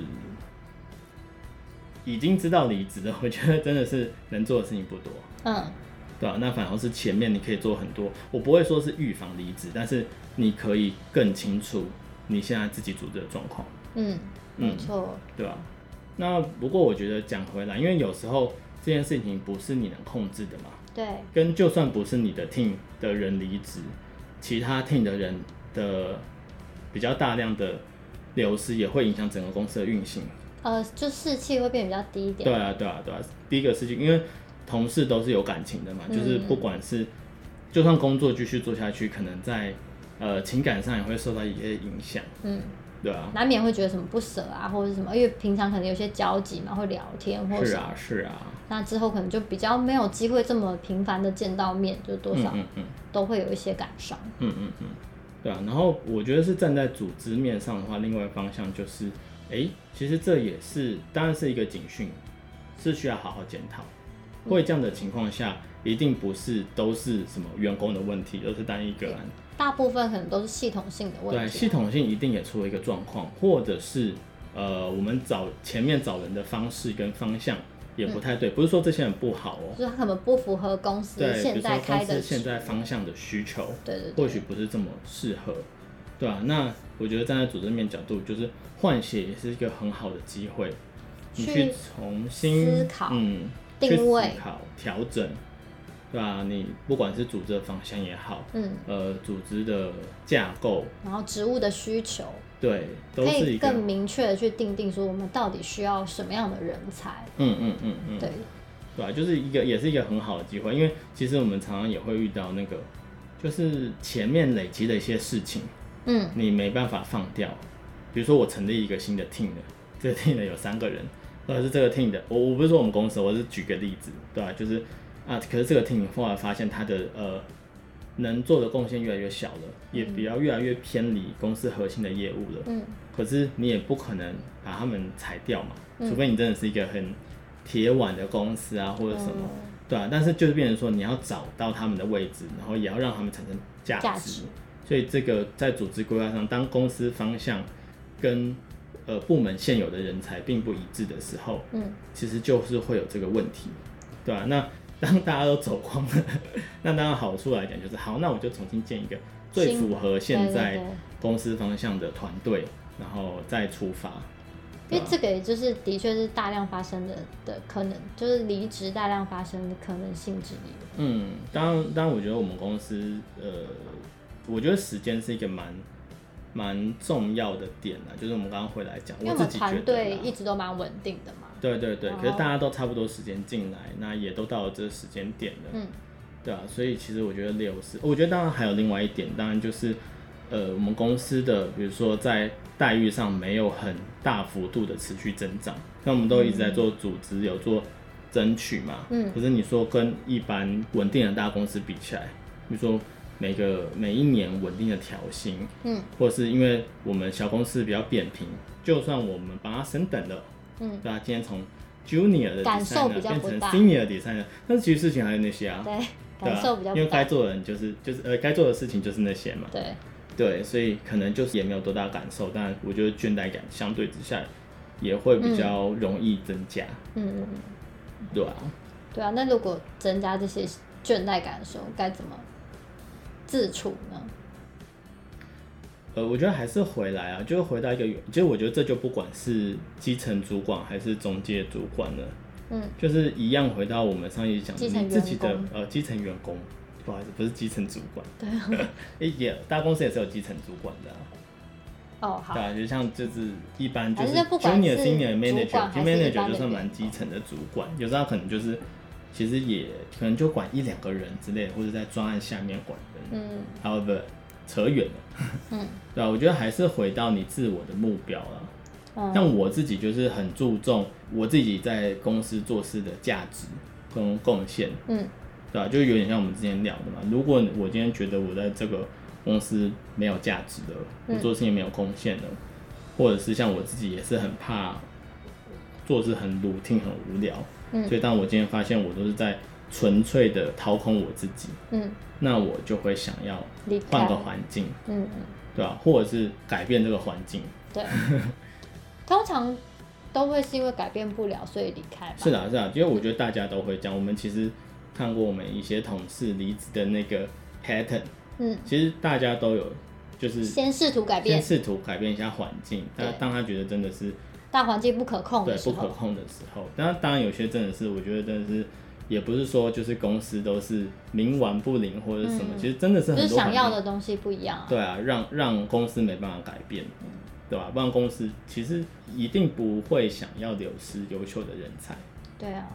Speaker 1: 已经知道离职的，我觉得真的是能做的事情不多。
Speaker 2: 嗯，
Speaker 1: 对啊，那反而是前面你可以做很多，我不会说是预防离职，但是你可以更清楚你现在自己组织的状况，
Speaker 2: 嗯，
Speaker 1: 嗯
Speaker 2: 没错，
Speaker 1: 对吧、那不过我觉得讲回来，因为有时候这件事情不是你能控制的嘛，
Speaker 2: 对，
Speaker 1: 跟就算不是你的 team 的人离职，其他 team 的人的比较大量的流失也会影响整个公司的运行。
Speaker 2: 呃，就士气会变比较低一点。
Speaker 1: 对啊，对啊，对啊。第一个事情，因为同事都是有感情的嘛，
Speaker 2: 嗯
Speaker 1: 就是不管是就算工作继续做下去，可能在呃情感上也会受到一些影响，
Speaker 2: 嗯，
Speaker 1: 对啊。
Speaker 2: 难免会觉得什么不舍啊，或者是什么，因为平常可能有些交集嘛，会聊天或者
Speaker 1: 是
Speaker 2: 什么。
Speaker 1: 啊，是啊，
Speaker 2: 那之后可能就比较没有机会这么频繁的见到面，就多少
Speaker 1: 嗯嗯嗯
Speaker 2: 都会有一些感伤。
Speaker 1: 嗯嗯嗯，对啊。然后我觉得是站在组织面上的话，另外一个方向就是，诶，其实这也是当然是一个警讯，是需要好好检讨。
Speaker 2: 嗯
Speaker 1: 会这样的情况下，一定不是都是什么员工的问题，而是单一个案。
Speaker 2: 大部分可能都是系统性的问
Speaker 1: 对，
Speaker 2: 题
Speaker 1: 系
Speaker 2: 啊。
Speaker 1: 统性一定也出了一个状况，或者是呃，我们找前面找人的方式跟方向也不太
Speaker 2: 嗯
Speaker 1: 对，不是说这些人不好哦，
Speaker 2: 就是他可能不符合公司
Speaker 1: 对，比
Speaker 2: 现
Speaker 1: 如说
Speaker 2: 在
Speaker 1: 公
Speaker 2: 开
Speaker 1: 司
Speaker 2: 的，
Speaker 1: 现在方向的需求，
Speaker 2: 对对对，
Speaker 1: 或许不是这么适合，对吧、那我觉得站在组织面角度，就是换血也是一个很好的机会，你去
Speaker 2: 去
Speaker 1: 重新
Speaker 2: 思考
Speaker 1: 嗯，
Speaker 2: 定
Speaker 1: 去思
Speaker 2: 位
Speaker 1: 考、调整，对吧、你不管是组织的方向也好，
Speaker 2: 嗯，
Speaker 1: 呃，组织的架构，
Speaker 2: 然后职务的需求
Speaker 1: 对，
Speaker 2: 可
Speaker 1: 都是
Speaker 2: 以
Speaker 1: 一个
Speaker 2: 更明确的去定定说我们到底需要什么样的人才。
Speaker 1: 嗯嗯嗯嗯，
Speaker 2: 对，
Speaker 1: 对啊，就是一个也是一个很好的机会，因为其实我们常常也会遇到那个，就是前面累积的一些事情，
Speaker 2: 嗯
Speaker 1: 你没办法放掉。比如说我成立一个新的 team 的， [LAUGHS] 这个 team 的有三个人，或者是这个 team 的，我我不是说我们公司，我是举个例子，对吧、就是啊，可是这个 team 后来发现他的呃能做的贡献越来越小了，也比较越来越偏离公司核心的业务了。
Speaker 2: 嗯
Speaker 1: 可是你也不可能把他们裁掉嘛，
Speaker 2: 嗯
Speaker 1: 除非你真的是一个很铁腕的公司啊，或者什么，
Speaker 2: 哦
Speaker 1: 对啊。但是就是变成说，你要找到他们的位置，然后也要让他们产生价值。
Speaker 2: 价值
Speaker 1: 所以这个在组织规划上，当公司方向跟呃部门现有的人才并不一致的时候，
Speaker 2: 嗯，
Speaker 1: 其实就是会有这个问题，对吧、那 [LAUGHS] 当大家都走光了， [LAUGHS] 那当然好处来讲就是，好，那我就重新建一个最
Speaker 2: 新
Speaker 1: 符合
Speaker 2: 对
Speaker 1: 现
Speaker 2: 对
Speaker 1: 在
Speaker 2: 对
Speaker 1: 公司方向的团队，然后再出发，
Speaker 2: 因为这个也就是的确是大量发生的的可能，就是离职大量发生的可能性之一。
Speaker 1: 嗯，当然，当然，我觉得我们公司，呃，我觉得时间是一个蛮蛮重要的点啊，就是我们刚刚回来讲，
Speaker 2: 因为我
Speaker 1: 自
Speaker 2: 们
Speaker 1: 己觉
Speaker 2: 团
Speaker 1: 得
Speaker 2: 队
Speaker 1: 啦
Speaker 2: 一直都蛮稳定的嘛，
Speaker 1: 对对对，
Speaker 2: 然后
Speaker 1: 可是大家都差不多时间进来，那也都到了这个时间点了，
Speaker 2: 嗯，
Speaker 1: 对啊，所以其实我觉得流失，我觉得当然还有另外一点，当然就是，呃，我们公司的比如说在待遇上没有很大幅度的持续增长，那我们都一直在做组织有做争取嘛，
Speaker 2: 嗯
Speaker 1: 可是你说跟一般稳定的大公司比起来，你说每个每一年稳定的调薪，
Speaker 2: 嗯，
Speaker 1: 或是因为我们小公司比较扁平，就算我们把它升等了，
Speaker 2: 嗯，
Speaker 1: 对啊，今天从 junior 的
Speaker 2: 感受
Speaker 1: designer
Speaker 2: 比较
Speaker 1: 变
Speaker 2: 不
Speaker 1: 成
Speaker 2: 大
Speaker 1: senior designer，但是其实事情还有那些啊，
Speaker 2: 嗯对，
Speaker 1: 对
Speaker 2: 感受比较
Speaker 1: 啊，
Speaker 2: 不
Speaker 1: 因为
Speaker 2: 大
Speaker 1: 该做的人就是就是呃该做的事情就是那些嘛，
Speaker 2: 对，
Speaker 1: 对，所以可能就是也没有多大感受，但我觉得倦怠感相对之下也会比较容易增加，
Speaker 2: 嗯嗯嗯，
Speaker 1: 对吧、
Speaker 2: 对啊。那如果增加这些倦怠感受，该怎么自处呢？
Speaker 1: 呃，我觉得还是回来啊，就是回到一个原，其实我觉得这就不管是基层主管还是中介主管了，
Speaker 2: 嗯，
Speaker 1: 就是一样回到我们上一集讲的
Speaker 2: 基层
Speaker 1: 你自己的
Speaker 2: 员
Speaker 1: 呃基层员工，不好意思，不是基层主管，
Speaker 2: 对，啊
Speaker 1: [LAUGHS] 诶也大公司也是有基层主管的啊、
Speaker 2: 哦，好
Speaker 1: 对，啊，就像就是一般就
Speaker 2: 还
Speaker 1: 是
Speaker 2: 是就不管
Speaker 1: junior
Speaker 2: 是
Speaker 1: senior
Speaker 2: 主
Speaker 1: manager，
Speaker 2: 管
Speaker 1: 就
Speaker 2: 还是一
Speaker 1: manager
Speaker 2: 般
Speaker 1: 就
Speaker 2: 的
Speaker 1: 算蛮
Speaker 2: 员
Speaker 1: 基
Speaker 2: 工
Speaker 1: 层的主管，有时候他可能就是其实也可能就管一两个人之类的，或者在专案下面管人。
Speaker 2: 嗯
Speaker 1: However，扯远了，
Speaker 2: 嗯
Speaker 1: [LAUGHS] 对啊，我觉得还是回到你自我的目标了。
Speaker 2: 嗯，
Speaker 1: 像我自己就是很注重我自己在公司做事的价值跟贡献，
Speaker 2: 嗯
Speaker 1: 对啊吧、就有点像我们之前聊的嘛。如果我今天觉得我在这个公司没有价值了，我
Speaker 2: 嗯
Speaker 1: 做事情没有贡献了，或者是像我自己也是很怕做事很 routine 很无聊，
Speaker 2: 嗯
Speaker 1: 所以当我今天发现我都是在纯粹的掏空我自己，
Speaker 2: 嗯
Speaker 1: 那我就会想要
Speaker 2: 离开
Speaker 1: 换个环境，
Speaker 2: 嗯嗯，
Speaker 1: 对吧、或者是改变这个环境。 [LAUGHS]
Speaker 2: 对，通常都会是因为改变不了，所以离开吧。
Speaker 1: 是的、啊，是的、啊，因为我觉得大家都会这样。我们其实看过我们一些同事离职的那个 pattern，
Speaker 2: 嗯，
Speaker 1: 其实大家都有，就是
Speaker 2: 先试图改
Speaker 1: 先
Speaker 2: 变，
Speaker 1: 试图改变一下环境，
Speaker 2: 对
Speaker 1: 但当他觉得真的是
Speaker 2: 大环境不可控
Speaker 1: 对
Speaker 2: 的时
Speaker 1: 不可
Speaker 2: 候，
Speaker 1: 控的时候，当然当然有些真的是，我觉得真的是，也不是说就是公司都是冥顽不灵或者什么，
Speaker 2: 嗯
Speaker 1: 其实真的是
Speaker 2: 就
Speaker 1: 很
Speaker 2: 是
Speaker 1: 多
Speaker 2: 想
Speaker 1: 环
Speaker 2: 要
Speaker 1: 境，
Speaker 2: 的东西不一样啊。
Speaker 1: 对啊，让让公司没办法改变，对吧、不然公司其实一定不会想要流失优秀的人才，
Speaker 2: 对啊，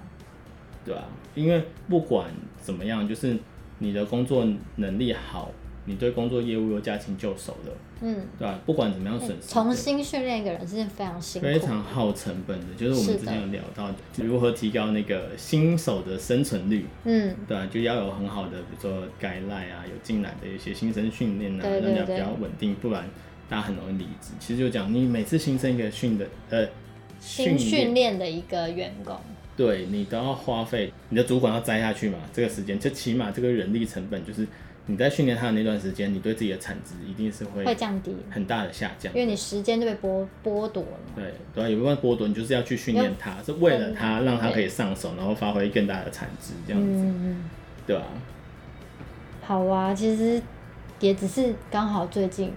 Speaker 1: 对啊，因为不管怎么样，就是你的工作能力好，你对工作业务又驾轻就熟了，
Speaker 2: 嗯，
Speaker 1: 对吧、不管怎么样损失，
Speaker 2: 重新训练一个人是件非常辛苦的
Speaker 1: 非常耗成本的，就是我
Speaker 2: 是
Speaker 1: 们
Speaker 2: 的
Speaker 1: 之前有聊到如何提高那个新手的生存率，
Speaker 2: 嗯，
Speaker 1: 对啊，就要有很好的，比如说该赖啊，有进来的一些新生训练啊，
Speaker 2: 对
Speaker 1: 让
Speaker 2: 对
Speaker 1: 大家
Speaker 2: 对
Speaker 1: 比较稳定，不然大家很容易离职。其实就讲你每次新生一个训的呃
Speaker 2: 新训
Speaker 1: 练，
Speaker 2: 练的一个员工，
Speaker 1: 对你都要花费，你的主管要栽下去嘛，这个时间就起码这个人力成本就是你在训练他的那段时间，你对自己的产值一定是会
Speaker 2: 会降低，
Speaker 1: 很大的下降
Speaker 2: 因。为你时间就被剥剥夺了嘛。
Speaker 1: 对，对啊，有一份剥夺，你就是要去训练
Speaker 2: 嗯
Speaker 1: 它，是为了它，让它可以上手，然后发挥更大的产值，这样子，
Speaker 2: 嗯嗯，
Speaker 1: 对啊吧、
Speaker 2: 好啊，其实也只是刚好最近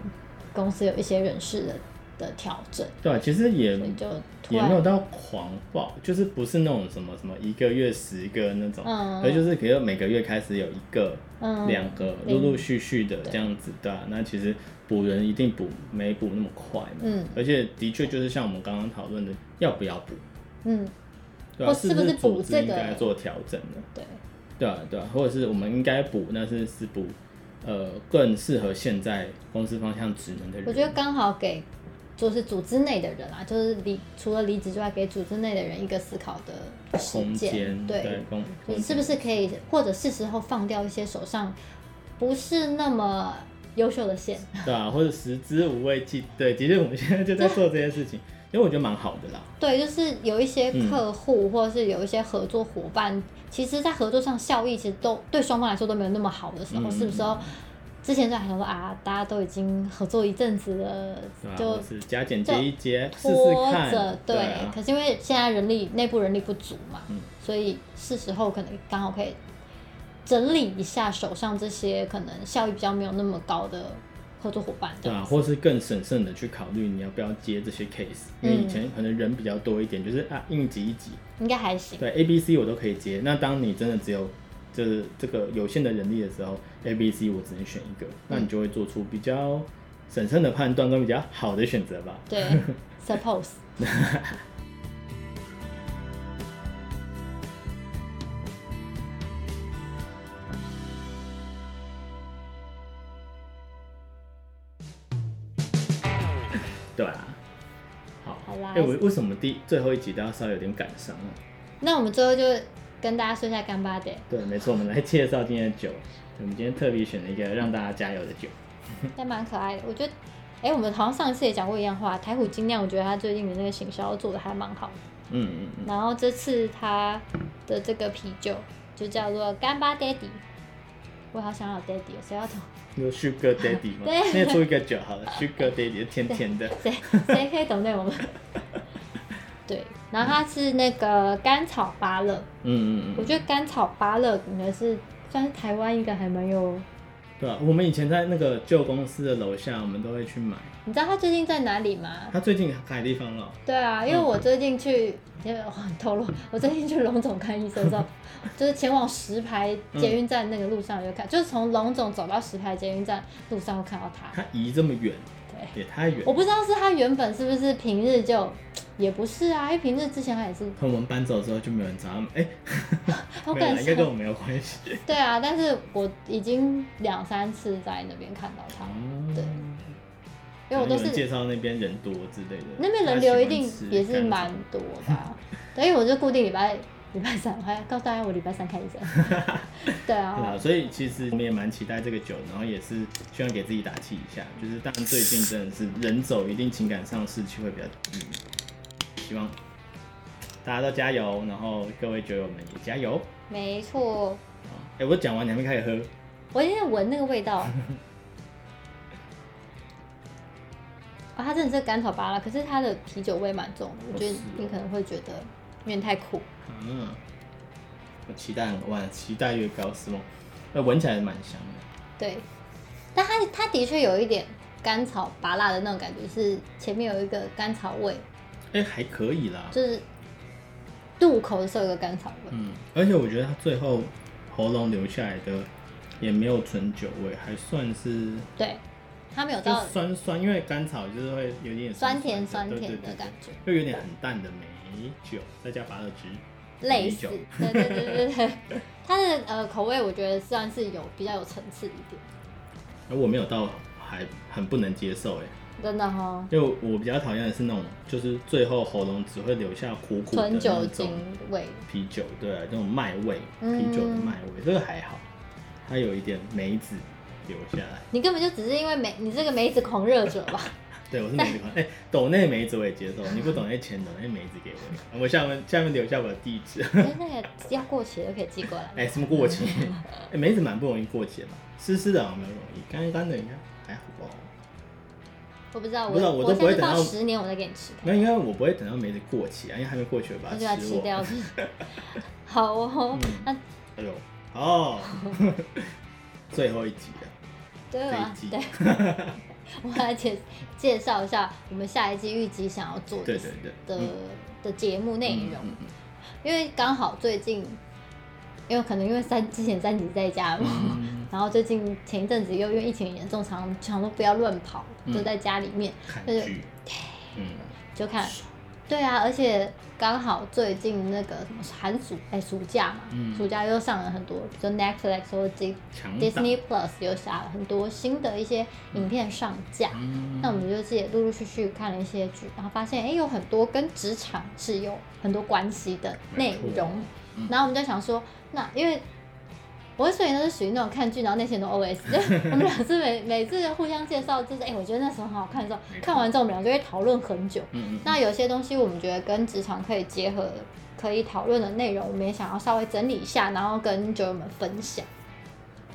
Speaker 2: 公司有一些人事的的调整，
Speaker 1: 对啊，其实也
Speaker 2: 所以就突
Speaker 1: 也没有
Speaker 2: 然
Speaker 1: 到狂暴，就是不是那种什么什么一个月十个那种，
Speaker 2: 嗯
Speaker 1: 而就是可能每个月开始有一个、
Speaker 2: 嗯
Speaker 1: 两个，陆陆续续的这样子，对啊，那其实补人一定补没补那么快嘛，
Speaker 2: 嗯
Speaker 1: 而且的确就是像我们刚刚讨论的，要不要补，
Speaker 2: 嗯
Speaker 1: 对啊，
Speaker 2: 或是
Speaker 1: 不
Speaker 2: 不是
Speaker 1: 组
Speaker 2: 补
Speaker 1: 织
Speaker 2: 这
Speaker 1: 应
Speaker 2: 个
Speaker 1: 该做调整呢？
Speaker 2: 对，
Speaker 1: 对啊，对啊，或者是我们应该补，那是是补，呃，更适合现在公司方向职能的人。
Speaker 2: 我觉得刚好给就是组织内的人啊，就是离除了离职之外，给组织内的人一啊个思考的时
Speaker 1: 空
Speaker 2: 间，
Speaker 1: 间
Speaker 2: 对，
Speaker 1: 空
Speaker 2: 你是不是可以，或者是时候放掉一些手上不是那么优秀的线，
Speaker 1: 对啊，或者食之无味其对，其实我们现在就在做这件事情，因为我觉得蛮好的啦。
Speaker 2: 对，就是有一些客户、或者是有一些合作伙伴，其实在合作上效益其实都对双方来说都没有那么好的时候，
Speaker 1: 嗯
Speaker 2: 是不是要？之前就还想说啊，大家都已经合作一阵子了
Speaker 1: 对，啊，
Speaker 2: 就
Speaker 1: 或是加减接一接，试
Speaker 2: 拖
Speaker 1: 试看
Speaker 2: 着，，对。
Speaker 1: 啊
Speaker 2: 可，是因为现在人力内部人力不足嘛，
Speaker 1: 嗯
Speaker 2: 所以是时候可能刚好可以整理一下手上这些可能效益比较没有那么高的合作伙伴这
Speaker 1: 对
Speaker 2: 样
Speaker 1: 啊，
Speaker 2: 子。
Speaker 1: 或是更审慎的去考虑你要不要接这些 case，因
Speaker 2: 嗯
Speaker 1: 为以前可能人比较多一点，就是啊应急一急，
Speaker 2: 应该
Speaker 1: [LAUGHS]
Speaker 2: 还行。
Speaker 1: 对 A、B、C 我都可以接。那当你真的只有就是这个有限的人力的时候，A、B、C 我只能选一个，那
Speaker 2: 嗯
Speaker 1: 你就会做出比较审慎的判断跟比较好的选择吧。
Speaker 2: 对，suppose。
Speaker 1: 对啊，好，
Speaker 2: 好啊啦
Speaker 1: 哎、我为什么第最后一集都要稍微有点感伤啊？
Speaker 2: 那我们最后就跟大家说一下干巴
Speaker 1: [LAUGHS]
Speaker 2: 爹，
Speaker 1: 对，没错，我们来介绍今天的酒。我们今天特别选了一个让大家加油的酒，
Speaker 2: 但蛮可爱的。我觉得，哎、我们好像上一次也讲过一样话，台虎精酿，我觉得他最近的那个行销做的还蛮好的。
Speaker 1: 嗯嗯嗯，
Speaker 2: 然后这次他的这个啤酒就叫做干巴爹地，我好想要 daddy，哦谁要懂？
Speaker 1: 有 Sugar Daddy [LAUGHS] 吗？
Speaker 2: 对
Speaker 1: 嗯那出一个酒好
Speaker 2: [LAUGHS]
Speaker 1: 了，Sugar Daddy 甜甜的，
Speaker 2: 谁谁可以懂那我们？对，然后它是那个甘草芭乐，
Speaker 1: 嗯嗯
Speaker 2: 我
Speaker 1: 嗯，
Speaker 2: 觉得甘草芭乐应该是算是台湾一个还蛮有，
Speaker 1: 对啊，我们以前在那个旧公司的楼下，我们都会去买。
Speaker 2: 你知道它最近在哪里吗？
Speaker 1: 他最近改地方了，
Speaker 2: 对啊，因为我最近去，因为我很透露， [LAUGHS] 我最近去龙总看医生的时候，就是前往石牌捷运站那个路上有看，就是从龙总走到石牌捷运站路上会看到它。
Speaker 1: 他移这么远，
Speaker 2: 对，
Speaker 1: 也太远
Speaker 2: 我。不知道是它原本是不是平日就，也不是啊，因为平日之前它也是，
Speaker 1: 从我们搬走之后就没有人找他们，哎、
Speaker 2: 我
Speaker 1: 没有
Speaker 2: 感
Speaker 1: 啦，应该跟
Speaker 2: 受
Speaker 1: 我没有关系。
Speaker 2: 对啊，但是我已经两三次在那边看到它，对因为我都
Speaker 1: 可能有人嗯介
Speaker 2: 是
Speaker 1: 绍那边人多之类的，
Speaker 2: 那边人流一
Speaker 1: 大
Speaker 2: 定
Speaker 1: 家喜欢吃
Speaker 2: 也是
Speaker 1: 干
Speaker 2: 蛮
Speaker 1: 草
Speaker 2: 多的、啊，对，因为我就固定礼拜礼拜三，我还告诉大家我礼拜三看医生，
Speaker 1: [LAUGHS]
Speaker 2: 对啊，
Speaker 1: 对啊，所以其实我们也蛮期待这个酒，然后也是希望给自己打气一下。就是当然最近真的是人走一定，情感上士气会比较低，希望大家都加油，然后各位酒友们也加油。
Speaker 2: 没错，
Speaker 1: 哎、我讲完你还没开始喝，
Speaker 2: 我有点闻那个味道。啊、它啊真的是甘草芭乐，可是它的啤酒味蛮重的，我觉得
Speaker 1: 哦是哦
Speaker 2: 你可能会觉得有点太苦。
Speaker 1: 嗯，我期待很晚，期待越高失望。那闻起来蛮香的，
Speaker 2: 对，但它它的确有一点甘草芭乐的那种感觉，是前面有一个甘草味，
Speaker 1: 哎、还可以啦。
Speaker 2: 就是入口的时候有个甘草味。
Speaker 1: 嗯，而且我觉得它最后喉咙留下来的也没有纯酒味，还算是
Speaker 2: 对，它没有
Speaker 1: 就
Speaker 2: 到
Speaker 1: 酸酸，因为甘草就是会有点
Speaker 2: 酸甜
Speaker 1: 酸
Speaker 2: 酸
Speaker 1: 的
Speaker 2: 甜
Speaker 1: 对对
Speaker 2: 的
Speaker 1: 对
Speaker 2: 感觉
Speaker 1: 对又有点很淡的梅酒，再加拔乐汁，
Speaker 2: 类
Speaker 1: 米
Speaker 2: 似
Speaker 1: 酒，
Speaker 2: 对对对对对，
Speaker 1: [LAUGHS]
Speaker 2: 它的呃口味我觉得算是有比较有层次一点，
Speaker 1: 而哎我没有到还很不能接受哎，
Speaker 2: 真的哈、
Speaker 1: 因为我比较讨厌的是那种就是最后喉咙只会留下苦苦的
Speaker 2: 纯酒
Speaker 1: 那
Speaker 2: 精
Speaker 1: 种
Speaker 2: 味，
Speaker 1: 啤酒，对、啊，这种麦味，
Speaker 2: 嗯
Speaker 1: 啤酒的麦味，这个还好，它有一点梅子留下来。
Speaker 2: 你根本就只是因为梅，你这个梅子狂热者
Speaker 1: [LAUGHS]
Speaker 2: 吧？
Speaker 1: 对，我是梅子款。哎、抖内梅子我也接受，你不懂那钱，抖内梅子给我。我下面下面留下我的地址。
Speaker 2: 就是哎那个要过期的就可以寄过来。
Speaker 1: 哎、什么过期？
Speaker 2: 嗯
Speaker 1: [LAUGHS] 哎、梅子蛮不容易过期的嘛，湿湿的好像没有容易，干干的应该还好吧。
Speaker 2: 我不知道，
Speaker 1: 不知道
Speaker 2: 我
Speaker 1: 我都
Speaker 2: 我
Speaker 1: 不
Speaker 2: 下
Speaker 1: 会
Speaker 2: 次
Speaker 1: 等
Speaker 2: 放
Speaker 1: 到
Speaker 2: 十年我再给你吃，
Speaker 1: 那应该我不会等到梅子过期啊，因为还没过期我把
Speaker 2: 我
Speaker 1: 它
Speaker 2: 就把它
Speaker 1: 吃
Speaker 2: 吃
Speaker 1: 完 [LAUGHS]
Speaker 2: 掉。好哦，那
Speaker 1: 哎呦，哦， [LAUGHS] 最后一集了，
Speaker 2: 对
Speaker 1: 这一
Speaker 2: 啊，
Speaker 1: 季
Speaker 2: 对，我来介介绍一下我们下一季预计想要做的
Speaker 1: 对对对
Speaker 2: 的
Speaker 1: 嗯
Speaker 2: 的节目内容
Speaker 1: 嗯，嗯
Speaker 2: 因为刚好最近，因为可能因为三之前三级在家嘛，
Speaker 1: 嗯
Speaker 2: [LAUGHS] 然后最近前一阵子又因为疫情严重，常常都不要乱跑，
Speaker 1: 嗯
Speaker 2: 就在家里面
Speaker 1: 看
Speaker 2: 对
Speaker 1: 剧，嗯，
Speaker 2: 就看。对啊，而且刚好最近那个什么寒暑哎、暑假嘛，
Speaker 1: 嗯
Speaker 2: 暑假又上了很多，就 Netflix 或者 Dis-
Speaker 1: 强大
Speaker 2: Disney Plus 有下了很多新的一些影片上架。
Speaker 1: 嗯
Speaker 2: 那我们就自己也陆陆续续看了一些剧，然后发现哎、有很多跟职场是有很多关系的内
Speaker 1: 没错嗯
Speaker 2: 容。然后我们就想说，那因为我跟水呢是属于那种看剧，然后内心都 OS，就是我们俩是每每次互相介绍，就是哎、我觉得那时候很好看的时候
Speaker 1: 没，错
Speaker 2: 看完之后我们俩就会讨论很久。
Speaker 1: 嗯嗯，
Speaker 2: 那有些东西我们觉得跟职场可以结合，可以讨论的内容，我们也想要稍微整理一下，然后跟酒友们分享。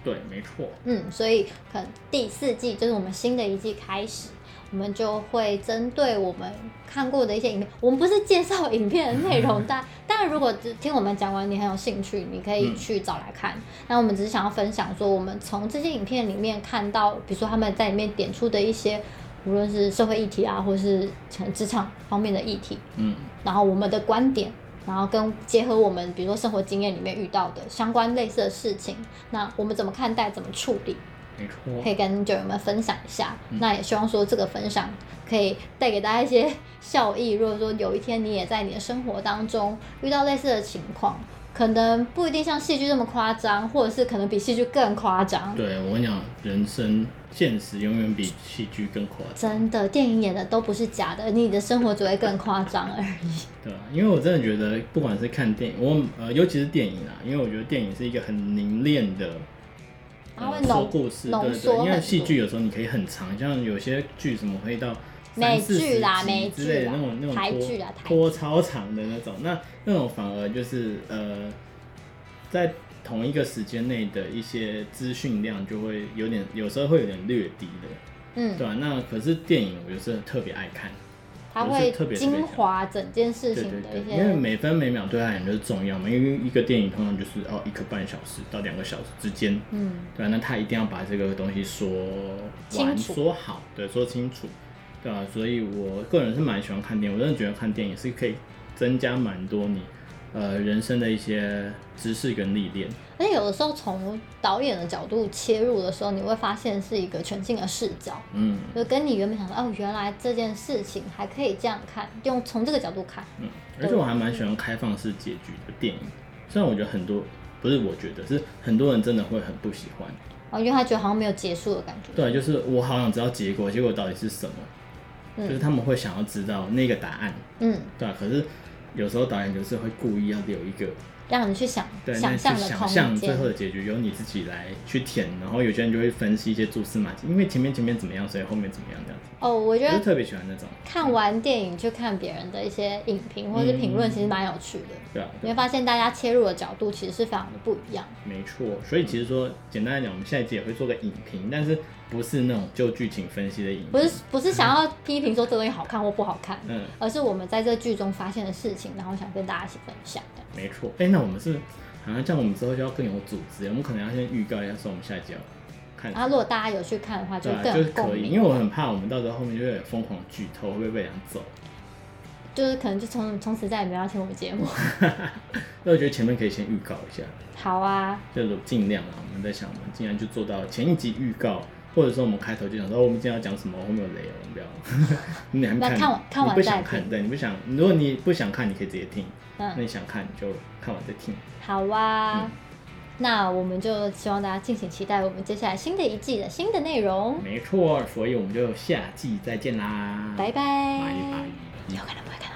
Speaker 1: 对，没错。
Speaker 2: 嗯，所以可能第四季就是我们新的一季开始，我们就会针对我们看过的一些影片，我们不是介绍影片的内容，但当然如果只听我们讲完你很有兴趣，你可以
Speaker 1: 嗯
Speaker 2: 去找来看。那我们只是想要分享说，我们从这些影片里面看到，比如说他们在里面点出的一些，无论是社会议题啊，或是可能职场方面的议题，
Speaker 1: 嗯，
Speaker 2: 然后我们的观点，然后跟结合我们比如说生活经验里面遇到的相关类似的事情，那我们怎么看待，怎么处理，
Speaker 1: 没错
Speaker 2: 可。以跟酒友们分享一下。
Speaker 1: 嗯
Speaker 2: 那也希望说这个分享可以带给大家一些效益。如果说有一天你也在你的生活当中遇到类似的情况，可能不一定像戏剧这么夸张，或者是可能比戏剧更夸张。
Speaker 1: 对我跟你讲，人生现实永远比戏剧更夸张。
Speaker 2: 真的，电影演的都不是假的，你的生活只会更夸张 [LAUGHS] 而已。
Speaker 1: 对啊，因为我真的觉得，不管是看电影，我呃，尤其是电影啊，因为我觉得电影是一个很凝练的，
Speaker 2: 它会
Speaker 1: 呃，
Speaker 2: 浓
Speaker 1: 说故事，
Speaker 2: 浓
Speaker 1: 对
Speaker 2: 缩
Speaker 1: 对，因为
Speaker 2: 很
Speaker 1: 戏
Speaker 2: 多
Speaker 1: 剧有时候你可以很长，像有些剧什么可以到
Speaker 2: 美
Speaker 1: 三四
Speaker 2: 剧
Speaker 1: 十
Speaker 2: 啦
Speaker 1: 集
Speaker 2: 美
Speaker 1: 之
Speaker 2: 剧
Speaker 1: 类的
Speaker 2: 啦
Speaker 1: 那种那种
Speaker 2: 台
Speaker 1: 拖
Speaker 2: 剧啦台
Speaker 1: 拖超长的那种，那那种反而就是呃，在同一个时间内的一些资讯量就会有点，有时候会有点略低的，
Speaker 2: 嗯
Speaker 1: 对，啊，那可是电影我就是特别爱看，
Speaker 2: 它
Speaker 1: 我是
Speaker 2: 会
Speaker 1: 特别特别
Speaker 2: 精
Speaker 1: 想
Speaker 2: 华整件事
Speaker 1: 对
Speaker 2: 情
Speaker 1: 对
Speaker 2: 的一
Speaker 1: 对，
Speaker 2: 些。
Speaker 1: 因为每分每秒对他来讲就是重要嘛，因为一个电影通常就是哦一个半小时到两个小时之间，
Speaker 2: 嗯，
Speaker 1: 对、啊，那他一定要把这个东西说
Speaker 2: 清
Speaker 1: 完、
Speaker 2: 楚
Speaker 1: 说好，对，说清楚，对啊，所以我个人是蛮喜欢看电影，我真的觉得看电影是可以增加蛮多你呃人生的一些知识跟历练，
Speaker 2: 而且有的时候从导演的角度切入的时候，你会发现是一个全新的视角，
Speaker 1: 嗯，
Speaker 2: 就跟你原本想的哦，原来这件事情还可以这样看，用从这个角度看。
Speaker 1: 嗯，而且我还蛮喜欢开放式结局的电影，虽然我觉得很多不是我觉得是很多人真的会很不喜欢，
Speaker 2: 哦，因为他觉得好像没有结束的感觉。
Speaker 1: 对，就是我好想知道结果，结果到底是什么，就是他们会想要知道那个答案，
Speaker 2: 嗯，
Speaker 1: 对啊、可是有时候导演就是会故意要留一个，
Speaker 2: 让你去想
Speaker 1: 对，那
Speaker 2: 想
Speaker 1: 去
Speaker 2: 象的
Speaker 1: 想象
Speaker 2: 空
Speaker 1: 最后的
Speaker 2: 间。
Speaker 1: 结局由你自己来去填，然后有些人就会分析一些蛛丝马迹，因为前面前面怎么样，所以后面怎么样这样子，
Speaker 2: 哦，我觉
Speaker 1: 我就
Speaker 2: 得
Speaker 1: 特别喜欢那种，
Speaker 2: 看完电影去看别人的一些影评或者是评论，
Speaker 1: 嗯
Speaker 2: 其实蛮有趣的。
Speaker 1: 对啊，
Speaker 2: 你会发现大家切入的角度其实是非常的不一样。
Speaker 1: 没错，所以其实说简单来讲，我们下一集也会做个影评，但是不是那种就剧情分析的影评，
Speaker 2: 不是不是想要批评说这东西好看或不好看，
Speaker 1: 嗯
Speaker 2: 而是我们在这剧中发现的事情，然后想跟大家一起分享的。
Speaker 1: 没错，哎、那我们是好像这样，我们之后就要更有组织，我们可能要先预告一下，说我们下一集要看什
Speaker 2: 然后
Speaker 1: 么。
Speaker 2: 如果大家有去看的话，就
Speaker 1: 对啊，
Speaker 2: 更
Speaker 1: 就
Speaker 2: 有
Speaker 1: 是
Speaker 2: 共
Speaker 1: 可以，
Speaker 2: 鸣，
Speaker 1: 因为我很怕我们到时候后面就会有疯狂剧透，会不会被人 [LAUGHS] 走？
Speaker 2: 就是可能就从从此再也没有要听我们节目。
Speaker 1: 那我觉得前面可以先预告一下，
Speaker 2: 好啊，
Speaker 1: 就是尽量啊，我们在想，我们尽量就做到前一集预告，或者说我们开头就想说，哦我们今天要讲什么，后面有雷哦，我们不要。 [LAUGHS] 你还没
Speaker 2: 那看完看完
Speaker 1: 你不想
Speaker 2: 再
Speaker 1: 看，
Speaker 2: 听
Speaker 1: 对，你不想，如果你不想看，你可以直接听；那
Speaker 2: 嗯，
Speaker 1: 你想看，你就看完再听。
Speaker 2: 好啊。
Speaker 1: 嗯
Speaker 2: 那我们就希望大家敬请期待我们接下来新的一季的新的内容。
Speaker 1: 嗯没错，所以我们就下季再见啦，
Speaker 2: 拜拜。
Speaker 1: 拜拜。
Speaker 2: 有可能不会看。